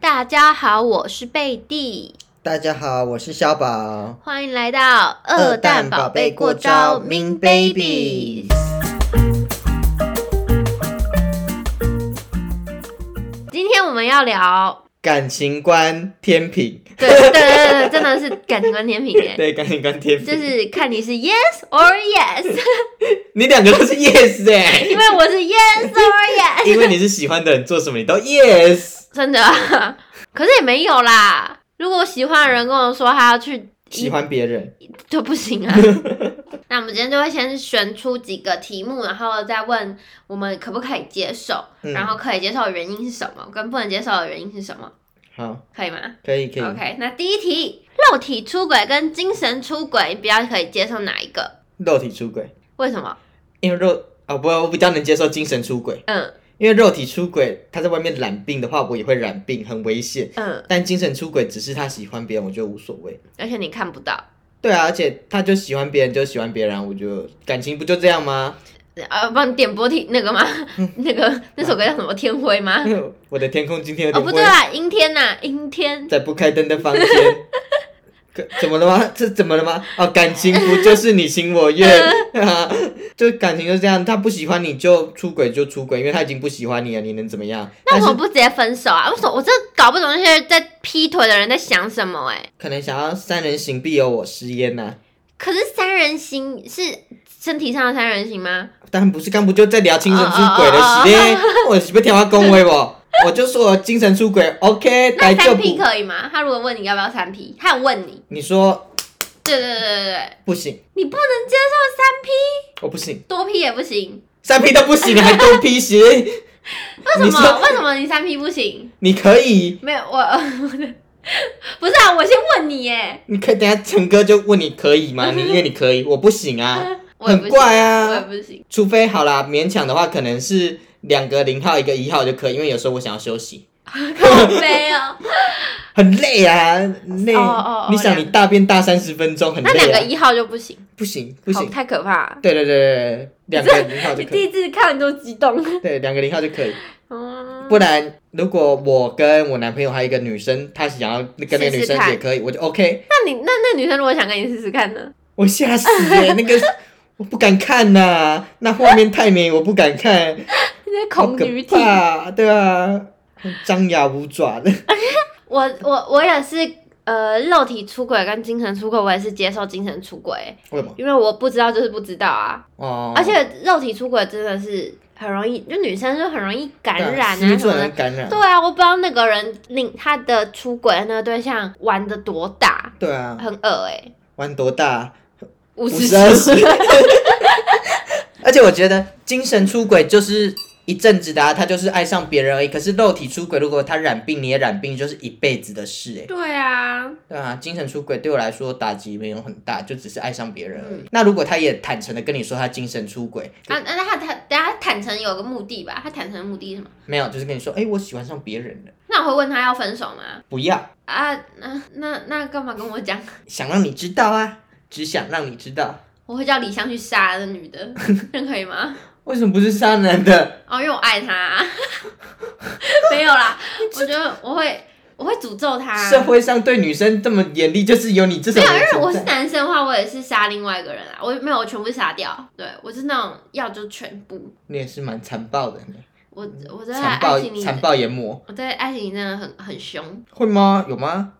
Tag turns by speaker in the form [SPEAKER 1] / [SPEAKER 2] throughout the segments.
[SPEAKER 1] 大家好，我是贝蒂，
[SPEAKER 2] 大家好，我是小宝。
[SPEAKER 1] 欢迎来到
[SPEAKER 2] 二蛋宝贝过招，Mean Babies。
[SPEAKER 1] 今天我们要聊，
[SPEAKER 2] 感情观天平，
[SPEAKER 1] 对对对对，对真的是感情观天平耶，
[SPEAKER 2] 对，感情观天平，
[SPEAKER 1] 就是看你是 yes or yes，
[SPEAKER 2] 你两个都是 yes 哎、
[SPEAKER 1] 因为我是 yes or yes。
[SPEAKER 2] 因为你是喜欢的人做什么你都 yes，
[SPEAKER 1] 真的 啊、可是也没有啦。如果喜欢的人跟我说他要去，
[SPEAKER 2] 喜欢别人，
[SPEAKER 1] 就不行啊。 那我们今天就会先选出几个题目，然后再问我们可不可以接受，
[SPEAKER 2] 嗯
[SPEAKER 1] 然后可以接受的原因是什么，跟不能接受的原因是什么，
[SPEAKER 2] 好，
[SPEAKER 1] 可以吗
[SPEAKER 2] 可以可以
[SPEAKER 1] ？OK，那第一题，肉体出轨跟精神出轨，你比较可以接受哪一个？
[SPEAKER 2] 肉体出轨，
[SPEAKER 1] 为什么？
[SPEAKER 2] 因为肉啊、不，我比较能接受精神出轨，
[SPEAKER 1] 嗯
[SPEAKER 2] 因为肉体出轨他在外面染病的话，我也会染病，很危险。
[SPEAKER 1] 嗯，
[SPEAKER 2] 但精神出轨只是他喜欢别人，我觉得无所谓。
[SPEAKER 1] 而且你看不到，
[SPEAKER 2] 对啊，而且他就喜欢别人就喜欢别人啊，我就感情不就这样吗？
[SPEAKER 1] 呃，帮你点播题那个吗？
[SPEAKER 2] 嗯
[SPEAKER 1] 那个那首歌叫什么？天灰吗？
[SPEAKER 2] 我的天空今嗯天有
[SPEAKER 1] 哦，
[SPEAKER 2] 点
[SPEAKER 1] 不
[SPEAKER 2] 灰。
[SPEAKER 1] 对啦，阴天呐、阴天。
[SPEAKER 2] 在不开灯的房 间。可怎么了吗？这怎么了吗？哦，感情不就是你情我愿 啊？就感情就是这样，他不喜欢你就出轨就出轨，因为他已经不喜欢你了，你能怎么样？
[SPEAKER 1] 那
[SPEAKER 2] 但
[SPEAKER 1] 为
[SPEAKER 2] 是
[SPEAKER 1] 什么不直接分手啊？为什么我真的搞不懂那些在劈腿的人在想什么、欸？哎，
[SPEAKER 2] 可能想要三人行必有我师焉啊呐、
[SPEAKER 1] 可是三人行是身体上的三人行吗？
[SPEAKER 2] 当然不是，刚不就在聊精神出轨的
[SPEAKER 1] 哦哦哦哦
[SPEAKER 2] 事咧？ 我是不是电话恭维我？我就说我精神出轨，OK，来
[SPEAKER 1] 那
[SPEAKER 2] 就
[SPEAKER 1] 三 P
[SPEAKER 2] 补。
[SPEAKER 1] 可以吗？他如果问你要不要三 P，他有问你，
[SPEAKER 2] 你说
[SPEAKER 1] 对对对对对，
[SPEAKER 2] 不行，
[SPEAKER 1] 你不能接受三 P，
[SPEAKER 2] 我不行，
[SPEAKER 1] 多 P 也不行。
[SPEAKER 2] 三 P 都不行，还多 P 行？为
[SPEAKER 1] 为
[SPEAKER 2] 你
[SPEAKER 1] 什么？
[SPEAKER 2] 说
[SPEAKER 1] 为什么你三 P 不行？
[SPEAKER 2] 你可以，
[SPEAKER 1] 没有我， 不是啊，我先问你耶，
[SPEAKER 2] 你可以等一下陈哥就问你可 以吗？你因为你可以，我不行啊，
[SPEAKER 1] 我也不
[SPEAKER 2] 很
[SPEAKER 1] 行，
[SPEAKER 2] 怪
[SPEAKER 1] 我也
[SPEAKER 2] 啊。
[SPEAKER 1] 不行。
[SPEAKER 2] 除非好啦，勉强的话可能是两个零号一个一号就可以，因为有时候我想要休息，
[SPEAKER 1] 靠背
[SPEAKER 2] 啊
[SPEAKER 1] 哦，
[SPEAKER 2] 很累啊，累。
[SPEAKER 1] 哦哦哦
[SPEAKER 2] 你想你大便大三十分钟很
[SPEAKER 1] 那两
[SPEAKER 2] 累、
[SPEAKER 1] 个
[SPEAKER 2] 啊，
[SPEAKER 1] 一号就不行，
[SPEAKER 2] 不行不
[SPEAKER 1] 好
[SPEAKER 2] 行。
[SPEAKER 1] 太可怕了。
[SPEAKER 2] 对对对对对，两个零号就
[SPEAKER 1] 你
[SPEAKER 2] 可
[SPEAKER 1] 第
[SPEAKER 2] 以。
[SPEAKER 1] 一次看你都激动，
[SPEAKER 2] 对，两个零号就可以。
[SPEAKER 1] 嗯，
[SPEAKER 2] 不然，如果我跟我男朋友还有一个女生，她想要跟那个女
[SPEAKER 1] 试试
[SPEAKER 2] 生
[SPEAKER 1] 看
[SPEAKER 2] 也可以，我就 OK。
[SPEAKER 1] 那你那那女生如果想跟你试试看呢？
[SPEAKER 2] 我吓死欸，那个我不敢看呐、那画面太美，我不敢看。
[SPEAKER 1] 那些恐女体
[SPEAKER 2] 好可，怕对啊，张牙舞爪的。
[SPEAKER 1] 我我我也是，呃，肉体出轨跟精神出轨，我也是接受精神出轨，
[SPEAKER 2] 为什么？
[SPEAKER 1] 因为我不知道就是不知道啊，
[SPEAKER 2] 哦，
[SPEAKER 1] 而且肉体出轨真的是很容易，就女生就很容易感
[SPEAKER 2] 对
[SPEAKER 1] 染
[SPEAKER 2] 私密
[SPEAKER 1] 啊
[SPEAKER 2] 处
[SPEAKER 1] 什么
[SPEAKER 2] 很容易
[SPEAKER 1] 的。
[SPEAKER 2] 感染。
[SPEAKER 1] 对啊，我不知道那个人令他的出轨的那个对象玩的多大，
[SPEAKER 2] 对啊，
[SPEAKER 1] 很恶哎、欸，
[SPEAKER 2] 玩多大？
[SPEAKER 1] 五
[SPEAKER 2] 五
[SPEAKER 1] 十
[SPEAKER 2] 十二十。 而且我觉得精神出轨就是一阵子的、啊，他就是爱上别人而已。可是肉体出轨，如果他染病，你也染病，就是一辈子的事哎、
[SPEAKER 1] 对啊，
[SPEAKER 2] 对啊，精神出轨对我来说打击没有很大，就只是爱上别人而已。那如果他也坦诚的跟你说他精神出轨，
[SPEAKER 1] 啊，那他他等下坦诚有个目的吧？他坦诚的目的是什么？
[SPEAKER 2] 没有，就是跟你说，哎、我喜欢上别人了，
[SPEAKER 1] 那我会问他要分手吗？
[SPEAKER 2] 不要。
[SPEAKER 1] 啊，那那那干嘛跟我讲？
[SPEAKER 2] 想让你知道啊，只想让你知道。
[SPEAKER 1] 我会叫李湘去杀那女的， 这样可以吗？
[SPEAKER 2] 为什么不是杀男的？
[SPEAKER 1] 哦，因为我爱她、 没有啦，我觉得我会我会诅咒她。
[SPEAKER 2] 社会上对女生这么严厉，就是有你这
[SPEAKER 1] 啊没
[SPEAKER 2] 种
[SPEAKER 1] 有，
[SPEAKER 2] 人
[SPEAKER 1] 因为我
[SPEAKER 2] 存
[SPEAKER 1] 是
[SPEAKER 2] 在。
[SPEAKER 1] 男生的话，我也是杀另外一个人啊，我没有，我全部杀掉。对我是那种要就全部，
[SPEAKER 2] 你也是蛮残暴的呢，
[SPEAKER 1] 我我在
[SPEAKER 2] 残
[SPEAKER 1] 爱
[SPEAKER 2] 暴
[SPEAKER 1] 情里，
[SPEAKER 2] 残暴研磨，
[SPEAKER 1] 我在爱情里真的很很凶，
[SPEAKER 2] 会吗？有吗？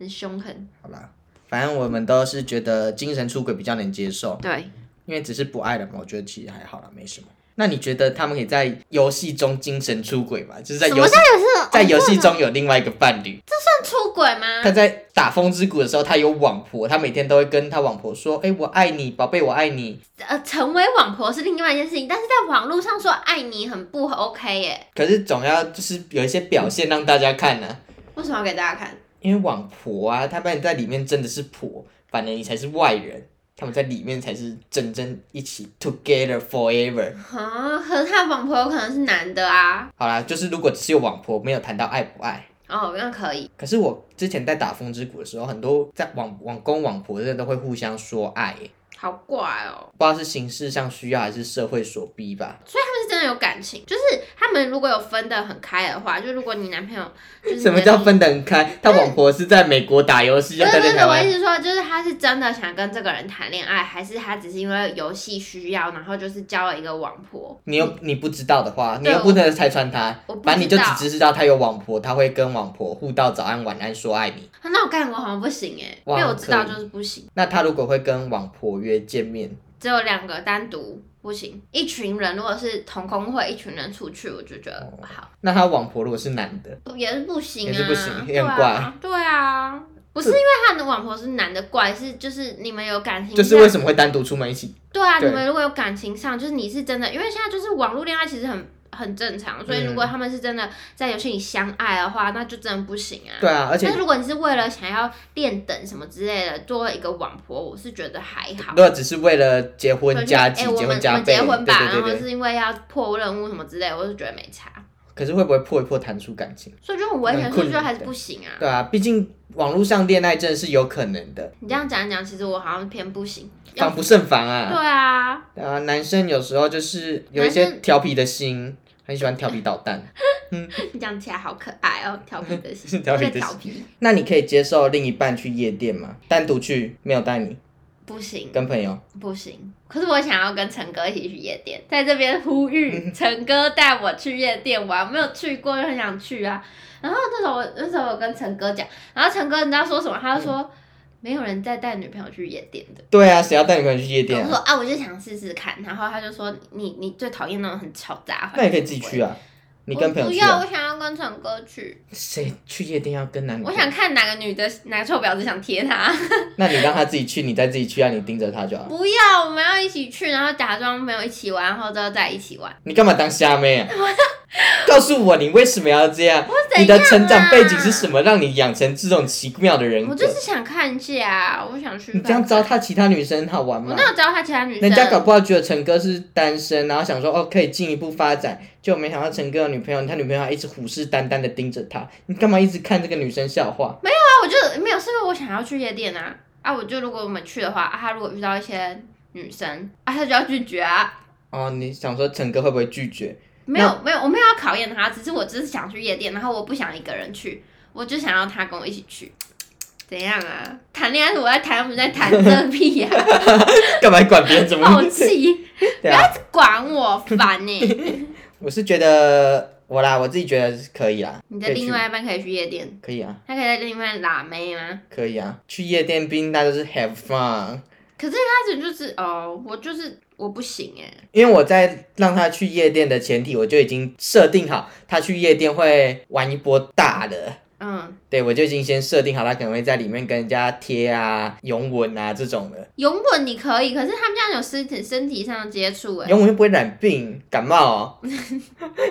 [SPEAKER 1] 很凶狠。
[SPEAKER 2] 好啦，反正我们都是觉得精神出轨比较能接受，
[SPEAKER 1] 对，
[SPEAKER 2] 因为只是不爱了嘛。我觉得其实还好啦，没什么。那你觉得他们可以在游戏中精神出轨吗？就是在
[SPEAKER 1] 什么
[SPEAKER 2] 游戏
[SPEAKER 1] 叫有是
[SPEAKER 2] 在游戏中有另外一个伴侣，
[SPEAKER 1] 算出轨吗
[SPEAKER 2] 他？在打风之谷的时候，他有网婆，他每天都会跟他网婆说：“哎、我爱你，宝贝，我爱你。”
[SPEAKER 1] 呃，成为网婆是另外一件事情，但是在网络上说爱你很不 OK 耶，
[SPEAKER 2] 可是总要就是有一些表现让大家看呢、啊
[SPEAKER 1] 为什么要给大家看？
[SPEAKER 2] 因为网婆啊，他们在里面真的是婆，反正你才是外人，他们在里面才是真正一起 together forever。
[SPEAKER 1] 啊，可是他的网婆有可能是男的啊。
[SPEAKER 2] 好啦，就是如果只是有网婆，没有谈到爱不爱。
[SPEAKER 1] 哦，那可以。
[SPEAKER 2] 可是我之前在打风之谷的时候，很多在网网公网婆真的都会互相说爱、欸
[SPEAKER 1] 好怪哦、
[SPEAKER 2] 不知道是形式上需要还是社会所逼吧。
[SPEAKER 1] 他们是真的有感情，就是他们如果有分得很开的话，就如果你男朋友就是
[SPEAKER 2] 什么
[SPEAKER 1] 你的
[SPEAKER 2] 叫分得很开？他老婆是在美国打游戏，要
[SPEAKER 1] 对
[SPEAKER 2] 待在
[SPEAKER 1] 对对，
[SPEAKER 2] 台
[SPEAKER 1] 我
[SPEAKER 2] 湾
[SPEAKER 1] 意。思说，就是他是真的想跟这个人谈恋爱，还是他只是因为游戏需要，然后就是交了一个网婆？
[SPEAKER 2] 你又你不知道的话，你
[SPEAKER 1] 对
[SPEAKER 2] 又不能拆穿他
[SPEAKER 1] 我不，
[SPEAKER 2] 反正你
[SPEAKER 1] 知
[SPEAKER 2] 就
[SPEAKER 1] 道
[SPEAKER 2] 只知道他有网婆，他会跟网婆互道早安晚安说爱你。
[SPEAKER 1] 啊那我干我好像不行哎、因
[SPEAKER 2] 哇
[SPEAKER 1] 为我知道
[SPEAKER 2] 可以
[SPEAKER 1] 就是不行，
[SPEAKER 2] 那他如果会跟网婆约见面，
[SPEAKER 1] 只有两个单独不行，一群人如果是同工会，一群人出去，我就觉得
[SPEAKER 2] 哦
[SPEAKER 1] 不好，
[SPEAKER 2] 那他网婆如果是男的，
[SPEAKER 1] 也是不行啊，
[SPEAKER 2] 也是不行
[SPEAKER 1] 对
[SPEAKER 2] 很怪
[SPEAKER 1] 啊，对啊。不是因为他的网婆是男的怪，是就是你们有感情，
[SPEAKER 2] 就是为什么会单独出门一起？
[SPEAKER 1] 对啊，
[SPEAKER 2] 对
[SPEAKER 1] 你们如果有感情上，就是你是真的，因为现在就是网络恋爱其实很很正常，所以
[SPEAKER 2] 嗯
[SPEAKER 1] 如果他们是真的在游戏里相爱的话，那就真的不行啊。
[SPEAKER 2] 对啊，而且
[SPEAKER 1] 但是如果你是为了想要练等什么之类的，做一个网婆，我是觉得还好
[SPEAKER 2] 如。果只是为了结婚加
[SPEAKER 1] 哎、
[SPEAKER 2] 急、
[SPEAKER 1] 我
[SPEAKER 2] 结
[SPEAKER 1] 们
[SPEAKER 2] 婚
[SPEAKER 1] 我
[SPEAKER 2] 加
[SPEAKER 1] 们
[SPEAKER 2] 倍，
[SPEAKER 1] 结婚吧，
[SPEAKER 2] 对对
[SPEAKER 1] 然
[SPEAKER 2] 对
[SPEAKER 1] 后
[SPEAKER 2] 对。
[SPEAKER 1] 是因为要破任务什么之类的，我是觉得没差，
[SPEAKER 2] 可是会不会破一破谈出感情？
[SPEAKER 1] 所以就很危险，
[SPEAKER 2] 很
[SPEAKER 1] 所
[SPEAKER 2] 困
[SPEAKER 1] 以就
[SPEAKER 2] 难
[SPEAKER 1] 还是不行啊。
[SPEAKER 2] 对啊，毕竟网络上恋爱真的是有可能的，
[SPEAKER 1] 你这样讲一讲，其实我好像偏不行。要
[SPEAKER 2] 防不胜防
[SPEAKER 1] 对
[SPEAKER 2] 啊。
[SPEAKER 1] 啊，
[SPEAKER 2] 对啊，男生有时候就是有一
[SPEAKER 1] 男
[SPEAKER 2] 些
[SPEAKER 1] 生
[SPEAKER 2] 调皮的心，很喜欢调皮捣蛋。
[SPEAKER 1] 你讲起来好可爱哦，调皮的心，
[SPEAKER 2] 调皮
[SPEAKER 1] 这
[SPEAKER 2] 的
[SPEAKER 1] 个调
[SPEAKER 2] 心
[SPEAKER 1] 皮
[SPEAKER 2] 那你可以接受另一半去夜店吗？单独去没有带你，
[SPEAKER 1] 不行。
[SPEAKER 2] 跟朋友。
[SPEAKER 1] 不行，可是我想要跟陈哥一起去夜店，在这边呼吁
[SPEAKER 2] 嗯
[SPEAKER 1] 陈哥带我去夜店玩，没有去过又很想去啊。然后那时候我那时候我跟陈哥讲，然后陈哥你知道说什么？他就
[SPEAKER 2] 嗯
[SPEAKER 1] 说、没有人再带女朋友去夜店的。
[SPEAKER 2] 对啊，谁要带女朋友去夜店
[SPEAKER 1] 我
[SPEAKER 2] 啊？
[SPEAKER 1] 说啊，我就想试试看。然后他就说你你最讨厌那种很吵杂的。
[SPEAKER 2] 那你可以自己去
[SPEAKER 1] 啊。
[SPEAKER 2] 啊，你跟朋友
[SPEAKER 1] 我不
[SPEAKER 2] 去
[SPEAKER 1] 要，我
[SPEAKER 2] 啊。
[SPEAKER 1] 想要跟陈哥去。
[SPEAKER 2] 谁去夜店要跟男女
[SPEAKER 1] 我
[SPEAKER 2] 朋友？
[SPEAKER 1] 想看哪个女的哪个臭婊子想贴他。
[SPEAKER 2] 那你让他自己去，你再自己去啊，你盯着他就好。
[SPEAKER 1] 不要，我们要一起去，然后假装没有一起玩，然后之后再一起玩。
[SPEAKER 2] 你干嘛当虾妹啊？告诉我你为什么要这样？
[SPEAKER 1] 怎样啊
[SPEAKER 2] 你的成长背景是什么，让你养成这种奇妙的人
[SPEAKER 1] 我
[SPEAKER 2] 格？
[SPEAKER 1] 就是想看一下、啊，我想去。
[SPEAKER 2] 你这样糟，蹋其他女生好玩
[SPEAKER 1] 我
[SPEAKER 2] 吗？
[SPEAKER 1] 哪有糟蹋其他女生？啊
[SPEAKER 2] 人家搞不好觉得陈哥是单身，然后想说哦可以进一步发展，就没想到陈哥有女朋友，他女朋友还一直虎视眈眈的盯着他，你干嘛一直看这个女生笑话？
[SPEAKER 1] 啊，我就没有，是因为我想要去夜店啊啊！我就如果我们去的话，啊，他如果遇到一些女生啊，他就要拒绝啊。
[SPEAKER 2] 哦，你想说陈哥会不会拒绝？
[SPEAKER 1] 没有没有，我没有要考验他，只是我只是想去夜店，然后我不想一个人去，我就想要他跟我一起去。怎样啊？谈恋爱是我在谈，他们在谈这屁呀、
[SPEAKER 2] 干嘛管别人怎么
[SPEAKER 1] 好气！不
[SPEAKER 2] 对
[SPEAKER 1] 要
[SPEAKER 2] 啊
[SPEAKER 1] 一直管我，烦欸呢、
[SPEAKER 2] 我是觉得我啦，我自己觉得是可以啦。
[SPEAKER 1] 你的
[SPEAKER 2] 可以去
[SPEAKER 1] 另外一半可以去夜店，
[SPEAKER 2] 可以啊，
[SPEAKER 1] 他可以在另外拉妹吗？
[SPEAKER 2] 可以啊，去夜店毕竟大家都是 have fun。
[SPEAKER 1] 开始就是哦，我就是我不行哎、
[SPEAKER 2] 因为我在让他去夜店的前提，我就已经设定好他去夜店会玩一波大的。
[SPEAKER 1] 嗯，
[SPEAKER 2] 对，我就已经先设定好，他可能会在里面跟人家贴啊、拥吻啊这种的。
[SPEAKER 1] 拥吻你可以，可是他们这样有身体身体上的接触哎、
[SPEAKER 2] 拥吻又不会染病、感冒、哦、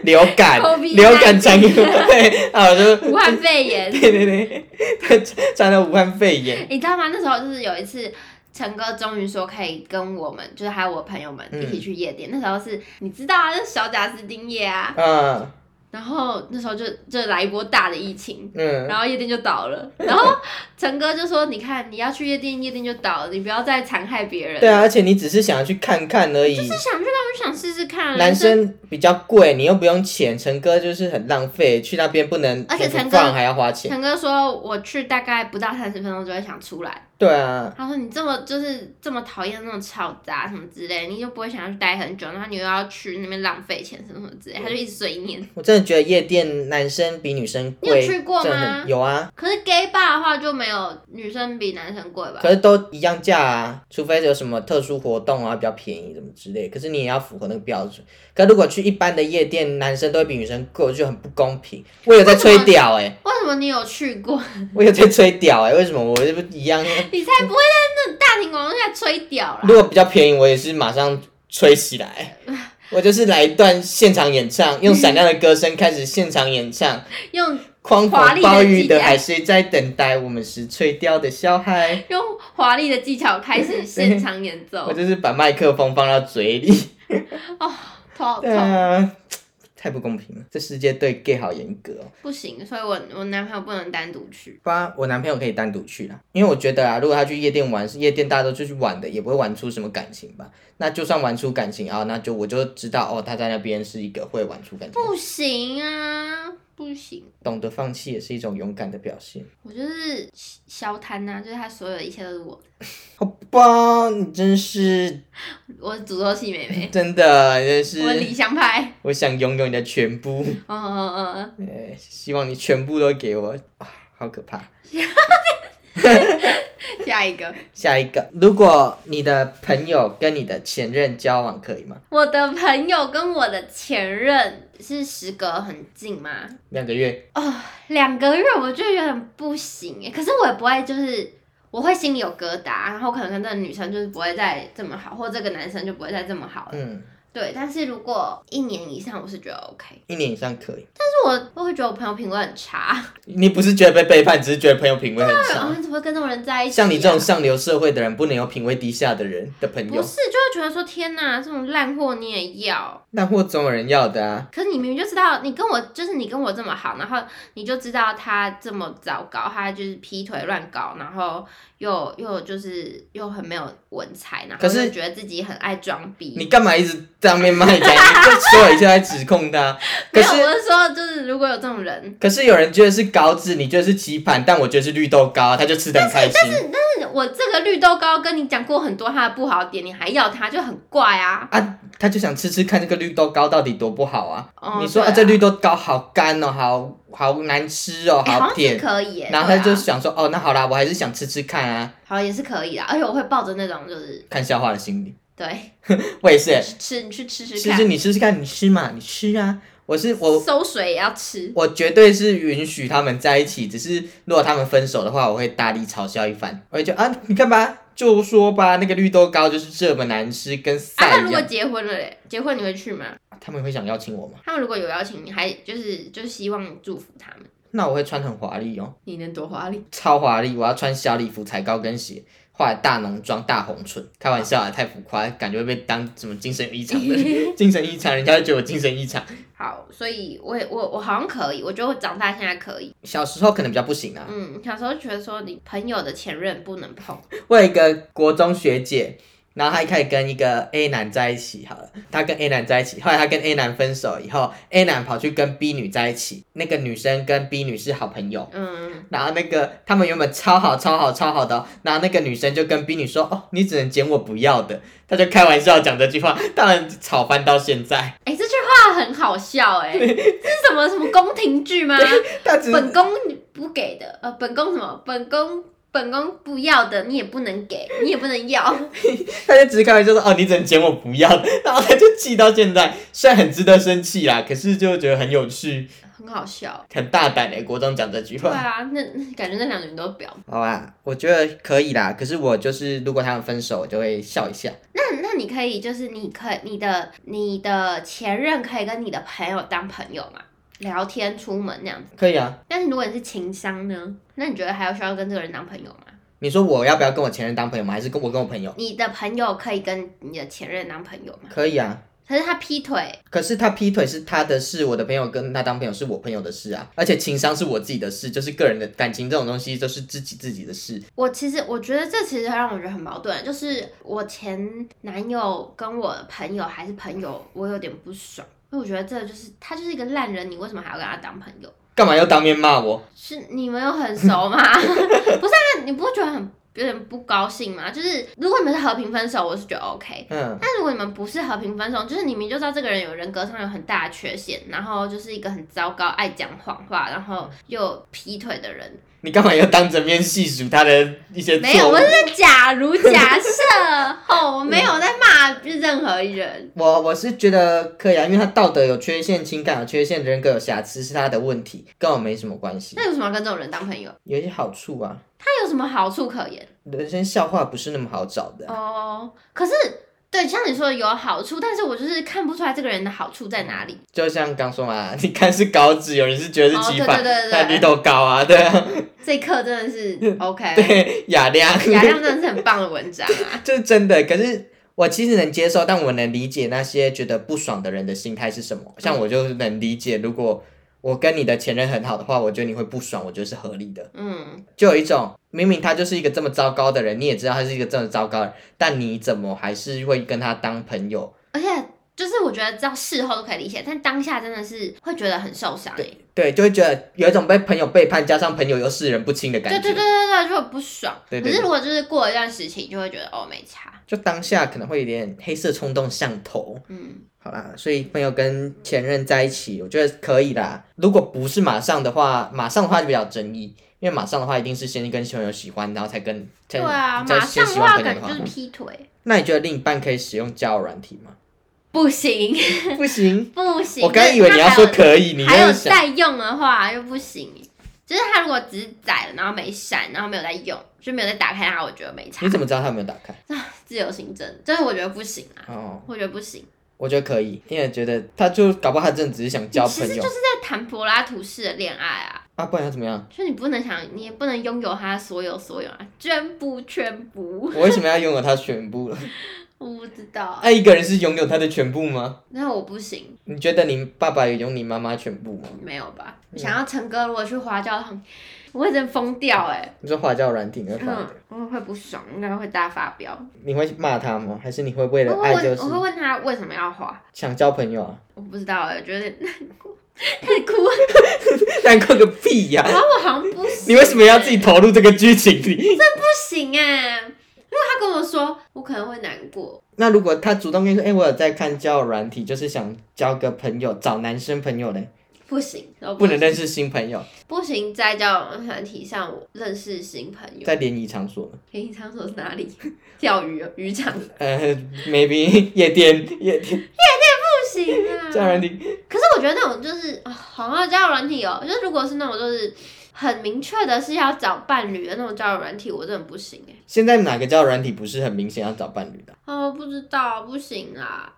[SPEAKER 2] 流感
[SPEAKER 1] COVID-19、
[SPEAKER 2] 流感传给我。对，啊，我就
[SPEAKER 1] 武汉肺炎，
[SPEAKER 2] 对对对， 他传了武汉肺炎。
[SPEAKER 1] 你知道吗？那时候就是有一次。陈哥终于说可以跟我们，就是还有我朋友们
[SPEAKER 2] 嗯
[SPEAKER 1] 一起去夜店。那时候是你知道啊，就是小贾斯汀夜啊，
[SPEAKER 2] 嗯
[SPEAKER 1] 然后那时候就就来一波大的疫情，
[SPEAKER 2] 嗯，
[SPEAKER 1] 然后夜店就倒了。然后陈哥就说：“你看，你要去夜店，夜店就倒了，你不要再残害别人。”
[SPEAKER 2] 对，啊，而且你只是想要去看看而已。
[SPEAKER 1] 是想去，那我就想试试看啊。
[SPEAKER 2] 男生比较贵，你又不用钱，陈哥就是很浪费，去那边不能
[SPEAKER 1] 而且
[SPEAKER 2] 不
[SPEAKER 1] 陈哥
[SPEAKER 2] 放还要花钱。
[SPEAKER 1] 陈哥说，我去大概不到三十分钟就会想出来。
[SPEAKER 2] 对啊，
[SPEAKER 1] 他说你这么就是这么讨厌那种吵杂什么之类，你就不会想要去待很久，然后你又要去那边浪费钱什么什么之类，他就一直碎念。
[SPEAKER 2] 我真的觉得夜店男生比女生贵，
[SPEAKER 1] 你有去过吗
[SPEAKER 2] 真的很有啊，
[SPEAKER 1] 可是 gay bar 的话就没有女生比男生贵吧？
[SPEAKER 2] 可是都一样价啊，除非有什么特殊活动啊比较便宜什么之类，可是你也要符合那个标准。可如果去一般的夜店，男生都会比女生贵，我就很不公平。我有在吹屌哎、
[SPEAKER 1] 为什么你有去过？
[SPEAKER 2] 我有在吹屌哎、为什么我这不一样？
[SPEAKER 1] 你才不会在那种大庭广众下吹屌啦！
[SPEAKER 2] 如果比较便宜，我也是马上吹起 来。我就是来一段现场演唱，用闪亮的歌声开始现场演唱。
[SPEAKER 1] 用
[SPEAKER 2] 狂
[SPEAKER 1] 华丽
[SPEAKER 2] 风
[SPEAKER 1] 的
[SPEAKER 2] 暴雨
[SPEAKER 1] 季
[SPEAKER 2] 的
[SPEAKER 1] 节
[SPEAKER 2] 海水在等待我们是吹掉的小孩。
[SPEAKER 1] 用华丽的技巧开始 现场演奏
[SPEAKER 2] 我，就是把麦克风放到嘴里。
[SPEAKER 1] 头好
[SPEAKER 2] 对
[SPEAKER 1] 痛。
[SPEAKER 2] 啊，太不公平了，这世界对 gay 好严格哦。
[SPEAKER 1] 不行，所以我我男朋友不能单独去。
[SPEAKER 2] 不然我男朋友可以单独去啦，因为我觉得啊，如果他去夜店玩，是夜店大家都出去玩的，也不会玩出什么感情吧。那就算玩出感情啊，那就我就知道哦，他在那边是一个会玩出感情，
[SPEAKER 1] 不行啊，不行，
[SPEAKER 2] 懂得放弃也是一种勇敢的表现。
[SPEAKER 1] 我就是消贪呐、就是他所有的一切都是我的，
[SPEAKER 2] 好吧，你真是
[SPEAKER 1] 我是诅咒系妹妹，
[SPEAKER 2] 真的，你真 是
[SPEAKER 1] 我理想派，
[SPEAKER 2] 我想拥有你的全部，
[SPEAKER 1] 嗯嗯嗯嗯，
[SPEAKER 2] 哎，希望你全部都给我，啊，好可怕。
[SPEAKER 1] 下一个，
[SPEAKER 2] 下一个，如果你的朋友跟你的前任交往，可以吗？
[SPEAKER 1] 我的朋友跟我的前任是时隔很近吗？
[SPEAKER 2] 两个月，
[SPEAKER 1] 哦，两个月我就有点不行耶可是我也不会就是。我会心里有疙瘩，然后可能跟这个女生就是不会再这么好，或这个男生就不会再这么好了。
[SPEAKER 2] 嗯，
[SPEAKER 1] 对，但是如果一年以上，我是觉得 OK。
[SPEAKER 2] 一年以上可以。
[SPEAKER 1] 但是我我会觉得我朋友品味很 差，
[SPEAKER 2] 你不是觉得被背叛，只是觉得朋友品味很
[SPEAKER 1] 然后
[SPEAKER 2] 差。
[SPEAKER 1] 怎么会跟这种人在一起、啊？
[SPEAKER 2] 像你这种上流社会的人，不能有品味低下的人的朋
[SPEAKER 1] 不
[SPEAKER 2] 友，
[SPEAKER 1] 是，就会觉得说天哪，这种烂货你也要？
[SPEAKER 2] 那或总有人要的啊。
[SPEAKER 1] 可是你明明就知道，你跟我就是你跟我这么好，然后你就知道他这么糟糕，他就是劈腿乱搞，然后又又就是又很没有文采，然后
[SPEAKER 2] 可是
[SPEAKER 1] 又觉得自己很爱装
[SPEAKER 2] 你
[SPEAKER 1] 逼。
[SPEAKER 2] 干嘛一直当面骂人家？你就所有一切在指控他。可
[SPEAKER 1] 没有，
[SPEAKER 2] 是
[SPEAKER 1] 我是说，就是如果有这种人，
[SPEAKER 2] 可是有人觉得是稿子，你觉得是棋盘，但我觉得是绿豆糕，他就吃的很开心
[SPEAKER 1] 但是我这个绿豆糕跟你讲过很多他的不好点，你还要他就很怪啊。
[SPEAKER 2] 啊。他就想吃吃看这个绿豆糕到底多不好啊！
[SPEAKER 1] 哦
[SPEAKER 2] 你说、
[SPEAKER 1] 对啊
[SPEAKER 2] 这绿豆糕好干哦，好好难吃哦，
[SPEAKER 1] 哎好像
[SPEAKER 2] 甜
[SPEAKER 1] 是。可以耶，
[SPEAKER 2] 然后他
[SPEAKER 1] 对
[SPEAKER 2] 就
[SPEAKER 1] 啊
[SPEAKER 2] 想说，哦，那好啦，我还是想吃吃看啊，
[SPEAKER 1] 好像也是可以啦，而哎且我会抱着那种就是
[SPEAKER 2] 看笑话的心理。
[SPEAKER 1] 对
[SPEAKER 2] 我也是，
[SPEAKER 1] 吃，你去吃吃
[SPEAKER 2] 其
[SPEAKER 1] 看，
[SPEAKER 2] 实你试试看，你吃嘛，你吃啊。我是我，
[SPEAKER 1] 馊水也要吃。
[SPEAKER 2] 我绝对是允许他们在一起，只是如果他们分手的话，我会大力嘲笑一番。我会觉得啊，你干嘛？就说吧，那个绿豆糕就是这么难吃，跟
[SPEAKER 1] 啊，那
[SPEAKER 2] 赛
[SPEAKER 1] 如
[SPEAKER 2] 一
[SPEAKER 1] 果
[SPEAKER 2] 样。
[SPEAKER 1] 结婚了嘞，结婚你会去吗？
[SPEAKER 2] 他们会想邀请我吗？
[SPEAKER 1] 他们如果有邀请，你还就是就希望你祝福他们，
[SPEAKER 2] 那我会穿很华丽哦，
[SPEAKER 1] 你能多华丽？
[SPEAKER 2] 超华丽！我要穿小礼服、踩高跟鞋，画大浓妆、大红唇。开玩笑啊，太浮夸，感觉会被当什么精神异常的人精神异常，人家会觉得我精神异常。
[SPEAKER 1] 好，所以我也我我好像可以，我觉得我长大现在可以。
[SPEAKER 2] 小时候可能比较不行啊，
[SPEAKER 1] 嗯，小时候觉得说你朋友的前任不能碰，
[SPEAKER 2] 我有一个国中学姐，然后她一开始跟一个 A 男在一起，好了，她跟 A 男在一起，后来她跟 A 男分手以后，A 男跑去跟 B 女在一起，那个女生跟 B 女是好朋友。
[SPEAKER 1] 嗯，
[SPEAKER 2] 然后那个他们原本超好超好超好的哦、然后那个女生就跟 B 女说：“哦，你只能捡我不要的。”她就开玩笑讲这句话，当然吵翻到现在。
[SPEAKER 1] 哎、这句话很好笑 哎、这是什么什么宫廷剧 吗？
[SPEAKER 2] 她只
[SPEAKER 1] 本宫不给的，呃，本宫什么？本宫本宫不要的，你也不能给，你也不能要。
[SPEAKER 2] 她就只是开玩笑说：“哦，你只能捡我不要的。”然后她就气到现在，虽然很值得生气啦，可是就觉得很有趣，
[SPEAKER 1] 很好笑。
[SPEAKER 2] 很大胆诶、国中讲这句
[SPEAKER 1] 对
[SPEAKER 2] 话。
[SPEAKER 1] 啊，那那感觉那两个人都表。
[SPEAKER 2] 好吧，我觉得可以啦。可是我就是，如果他们分手，我就会笑一下。
[SPEAKER 1] 那那你可以就是你可你的你的前任可以跟你的朋友当朋友嘛，聊天、出门那样子。
[SPEAKER 2] 可以啊。
[SPEAKER 1] 但是如果你是情商呢？那你觉得还有需要跟这个人当朋友吗？
[SPEAKER 2] 你说我要不要跟我前任当朋友吗？还是跟我跟我朋友？
[SPEAKER 1] 你的朋友可以跟你的前任当朋友吗？
[SPEAKER 2] 可以啊。
[SPEAKER 1] 可是他劈腿，
[SPEAKER 2] 可是他劈腿是他的事，我的朋友跟他当朋友是我朋友的事啊。而且情商是我自己的事，就是个人的感情这种东西都是自己自己的事。
[SPEAKER 1] 我其实我觉得这其实让我觉得很矛盾，啊就是我前男友跟我的朋友还是朋友，我有点不爽，因为我觉得这就是他就是一个烂人，你为什么还要跟他当朋友？
[SPEAKER 2] 干嘛要当面骂我？
[SPEAKER 1] 是你们有很熟吗？ 不是啊，你不会觉得很有点不高兴吗？就是如果你们是和平分手，我是觉得 OK。
[SPEAKER 2] 嗯，
[SPEAKER 1] 但如果你们不是和平分手，就是你明明就知道这个人有人格上有很大的缺陷，然后就是一个很糟糕、爱讲谎话，然后又劈腿的人。
[SPEAKER 2] 你干嘛要当着面细数他的一些
[SPEAKER 1] 没有，
[SPEAKER 2] 错误
[SPEAKER 1] 我是？在假如假设，吼，我没有在骂任何 人。
[SPEAKER 2] 我我是觉得可以啊，因为他道德有缺陷，情感有缺陷，人格有瑕疵是他的问题，跟我没什么关系。
[SPEAKER 1] 那有什么要跟这种人当朋友？
[SPEAKER 2] 有一些好处啊，
[SPEAKER 1] 他有什么好处可言？
[SPEAKER 2] 人生笑话不是那么好找的啊、
[SPEAKER 1] 哦，可是对，像你说的有好处，但是我就是看不出来这个人的好处在哪里。
[SPEAKER 2] 就像刚说嘛， 你看是稿纸，有人是觉得是
[SPEAKER 1] 哦
[SPEAKER 2] 鸡
[SPEAKER 1] 对
[SPEAKER 2] 饭，
[SPEAKER 1] 对对对
[SPEAKER 2] 但绿豆糕啊，对啊，
[SPEAKER 1] 这一刻 真的是 OK，
[SPEAKER 2] 对雅亮，
[SPEAKER 1] 雅亮真的是很棒的文章啊！
[SPEAKER 2] 这是真的。可是我其实能接受，但我能理解那些觉得不爽的人的心态是什么。
[SPEAKER 1] 嗯
[SPEAKER 2] 像我就能理解，如果我跟你的前任很好的话，我觉得你会不爽，我觉得是合理的。
[SPEAKER 1] 嗯，
[SPEAKER 2] 就有一种明明他就是一个这么糟糕的人，你也知道他是一个这么糟糕的人，但你怎么还是会跟他当朋友？
[SPEAKER 1] 而且就是我觉得到事后都可以理解，但当下真的是会觉得很受伤欸耶。
[SPEAKER 2] 对，就会觉得有一种被朋友背叛，加上朋友又视人不清的感
[SPEAKER 1] 对
[SPEAKER 2] 觉。
[SPEAKER 1] 对对对对，就很不爽。
[SPEAKER 2] 对对
[SPEAKER 1] 可
[SPEAKER 2] 对
[SPEAKER 1] 是如果就是过一段时期，就会觉得哦没差。
[SPEAKER 2] 就当下可能会有点黑色冲动上头。
[SPEAKER 1] 嗯，
[SPEAKER 2] 好啦，所以朋友跟前任在一起，我觉得可以啦。如果不是马上的话，马上的话就比较有争议，因为马上的话一定是先跟朋友喜欢，然后才跟才
[SPEAKER 1] 对啊，
[SPEAKER 2] 再
[SPEAKER 1] 马
[SPEAKER 2] 先
[SPEAKER 1] 上
[SPEAKER 2] 喜
[SPEAKER 1] 的
[SPEAKER 2] 欢
[SPEAKER 1] 话
[SPEAKER 2] 朋友
[SPEAKER 1] 感
[SPEAKER 2] 的
[SPEAKER 1] 觉
[SPEAKER 2] 话
[SPEAKER 1] 就是劈腿，
[SPEAKER 2] 那你觉得另一半可以使用交友软体吗？
[SPEAKER 1] 不行
[SPEAKER 2] 不行，
[SPEAKER 1] 不行。
[SPEAKER 2] 我刚以为你要说可以，你
[SPEAKER 1] 还
[SPEAKER 2] 又
[SPEAKER 1] 有
[SPEAKER 2] 想
[SPEAKER 1] 在用的话又不行，就是他如果只是载了，然后没删，然后没有在用，就没有再打开它，我觉得没差
[SPEAKER 2] 你。怎么知道他有没有打开？
[SPEAKER 1] 自由行政，就是我觉得不行啊，
[SPEAKER 2] 哦，
[SPEAKER 1] 我觉得不行。
[SPEAKER 2] 我觉得可以，因为觉得他就搞不好他真的只是想交
[SPEAKER 1] 其
[SPEAKER 2] 朋
[SPEAKER 1] 实
[SPEAKER 2] 友
[SPEAKER 1] 就是在谈柏拉图式的恋爱啊，
[SPEAKER 2] 啊，不然要怎么样？
[SPEAKER 1] 就你不能想，你也不能拥有他所有所有啊，全部全部，
[SPEAKER 2] 我为什么要拥有他全部了？
[SPEAKER 1] 我不知道。啊
[SPEAKER 2] 爱一个人是拥有他的全部吗？
[SPEAKER 1] 那我不行，
[SPEAKER 2] 你觉得你爸爸有拥你妈妈全部吗？
[SPEAKER 1] 没有吧？我想要陈哥如果去花教堂，我会真疯掉哎、
[SPEAKER 2] 你说花椒软体你会发的，
[SPEAKER 1] 嗯，我会不爽，应该会大发飙。
[SPEAKER 2] 你会骂他吗？还是你会为
[SPEAKER 1] 我
[SPEAKER 2] 了
[SPEAKER 1] 会
[SPEAKER 2] 爱
[SPEAKER 1] 问，
[SPEAKER 2] 就是
[SPEAKER 1] 我会问他为什么要花，
[SPEAKER 2] 想交朋友啊？
[SPEAKER 1] 我不知道哎、我觉得 难过，太哭了，
[SPEAKER 2] 难过个屁呀、
[SPEAKER 1] 然后我好像不行、
[SPEAKER 2] 你为什么要自己投入这个剧情里？
[SPEAKER 1] 不行哎、如果他跟我说，我可能会难过。
[SPEAKER 2] 那如果他主动跟你说，哎、我有在看交友软体，就是想交个朋友，找男生朋友嘞，
[SPEAKER 1] 哦不行，我
[SPEAKER 2] 不能认识新朋友，
[SPEAKER 1] 不行，在交友团体上我认识新朋友。
[SPEAKER 2] 在联谊场所呢，
[SPEAKER 1] 联谊场所是哪里？ 钓鱼哦渔场？不
[SPEAKER 2] 呃，maybe 夜店，夜店
[SPEAKER 1] 行啊！
[SPEAKER 2] 交友软体，
[SPEAKER 1] 可是我觉得那种就是啊，好像交友软体哦，就是如果是那种就是很明确的是要找伴侣的那种交友软体，我真的不行哎、
[SPEAKER 2] 现在哪个交友软体不是很明显要找伴侣的？
[SPEAKER 1] 哦，不知道，不行啊。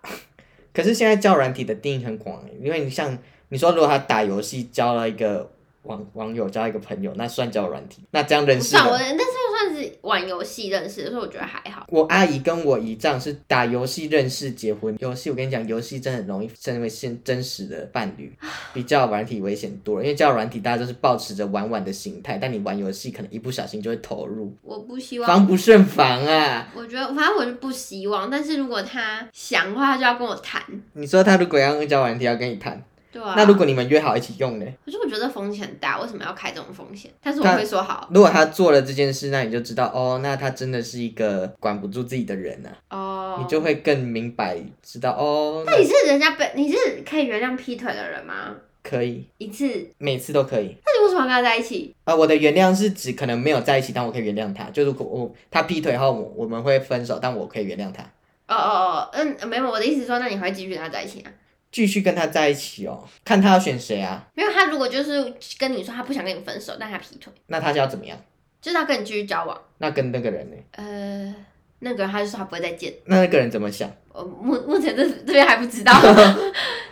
[SPEAKER 2] 可是现在交友软体的定义很广，因为你像你说，如果他打游戏交了一个网网友，交了一个朋友，那算交友软体，那这样认
[SPEAKER 1] 不
[SPEAKER 2] 识的
[SPEAKER 1] 算我，但是算是玩游戏认识的，所以我觉得还好。
[SPEAKER 2] 我阿姨跟我姨丈是打游戏认识结婚。游戏我跟你讲，游戏真的很容易成为现真实的伴 侣，比较软体危险多了。因为交友软体大家都是保持着玩玩的心态，但你玩游戏可能一不小心就会投入，
[SPEAKER 1] 我不希望
[SPEAKER 2] 防不胜防啊！
[SPEAKER 1] 我觉得，反正我就不希望。但是如果他想的话，他就要跟我谈，
[SPEAKER 2] 你说他如果要用交友软体要跟你谈，
[SPEAKER 1] 对啊。
[SPEAKER 2] 那如果你们约好一起用呢？
[SPEAKER 1] 可是我觉得风险很大，为什么要开这种风险？但是
[SPEAKER 2] 但
[SPEAKER 1] 我会说好
[SPEAKER 2] 如果他做了这件事，那你就知道哦，那他真的是一个管不住自己的人啊，
[SPEAKER 1] 哦。
[SPEAKER 2] 你就会更明白知道哦，
[SPEAKER 1] 那你是人家被你是可以原谅劈腿的人吗？
[SPEAKER 2] 可以，
[SPEAKER 1] 一次，
[SPEAKER 2] 每次都可以。
[SPEAKER 1] 那你为什么要跟他在一起？
[SPEAKER 2] 啊，我的原谅是指可能没有在一起，但我可以原谅他。就如果我他劈腿后，我我们会分手，但我可以原谅他，
[SPEAKER 1] 哦哦哦，嗯，没有，我的意思是说，那你还会继续跟他在一起啊？
[SPEAKER 2] 继续跟他在一起哦。看他要选谁啊？
[SPEAKER 1] 没有，他如果就是跟你说他不想跟你分手，但他劈腿，
[SPEAKER 2] 那他就要怎么样？
[SPEAKER 1] 就是要跟你继续交往。
[SPEAKER 2] 那跟那个人呢？
[SPEAKER 1] 呃，那个人他就说他不会再见。
[SPEAKER 2] 那那个人怎么想？
[SPEAKER 1] 我目目前这这边还不知 道，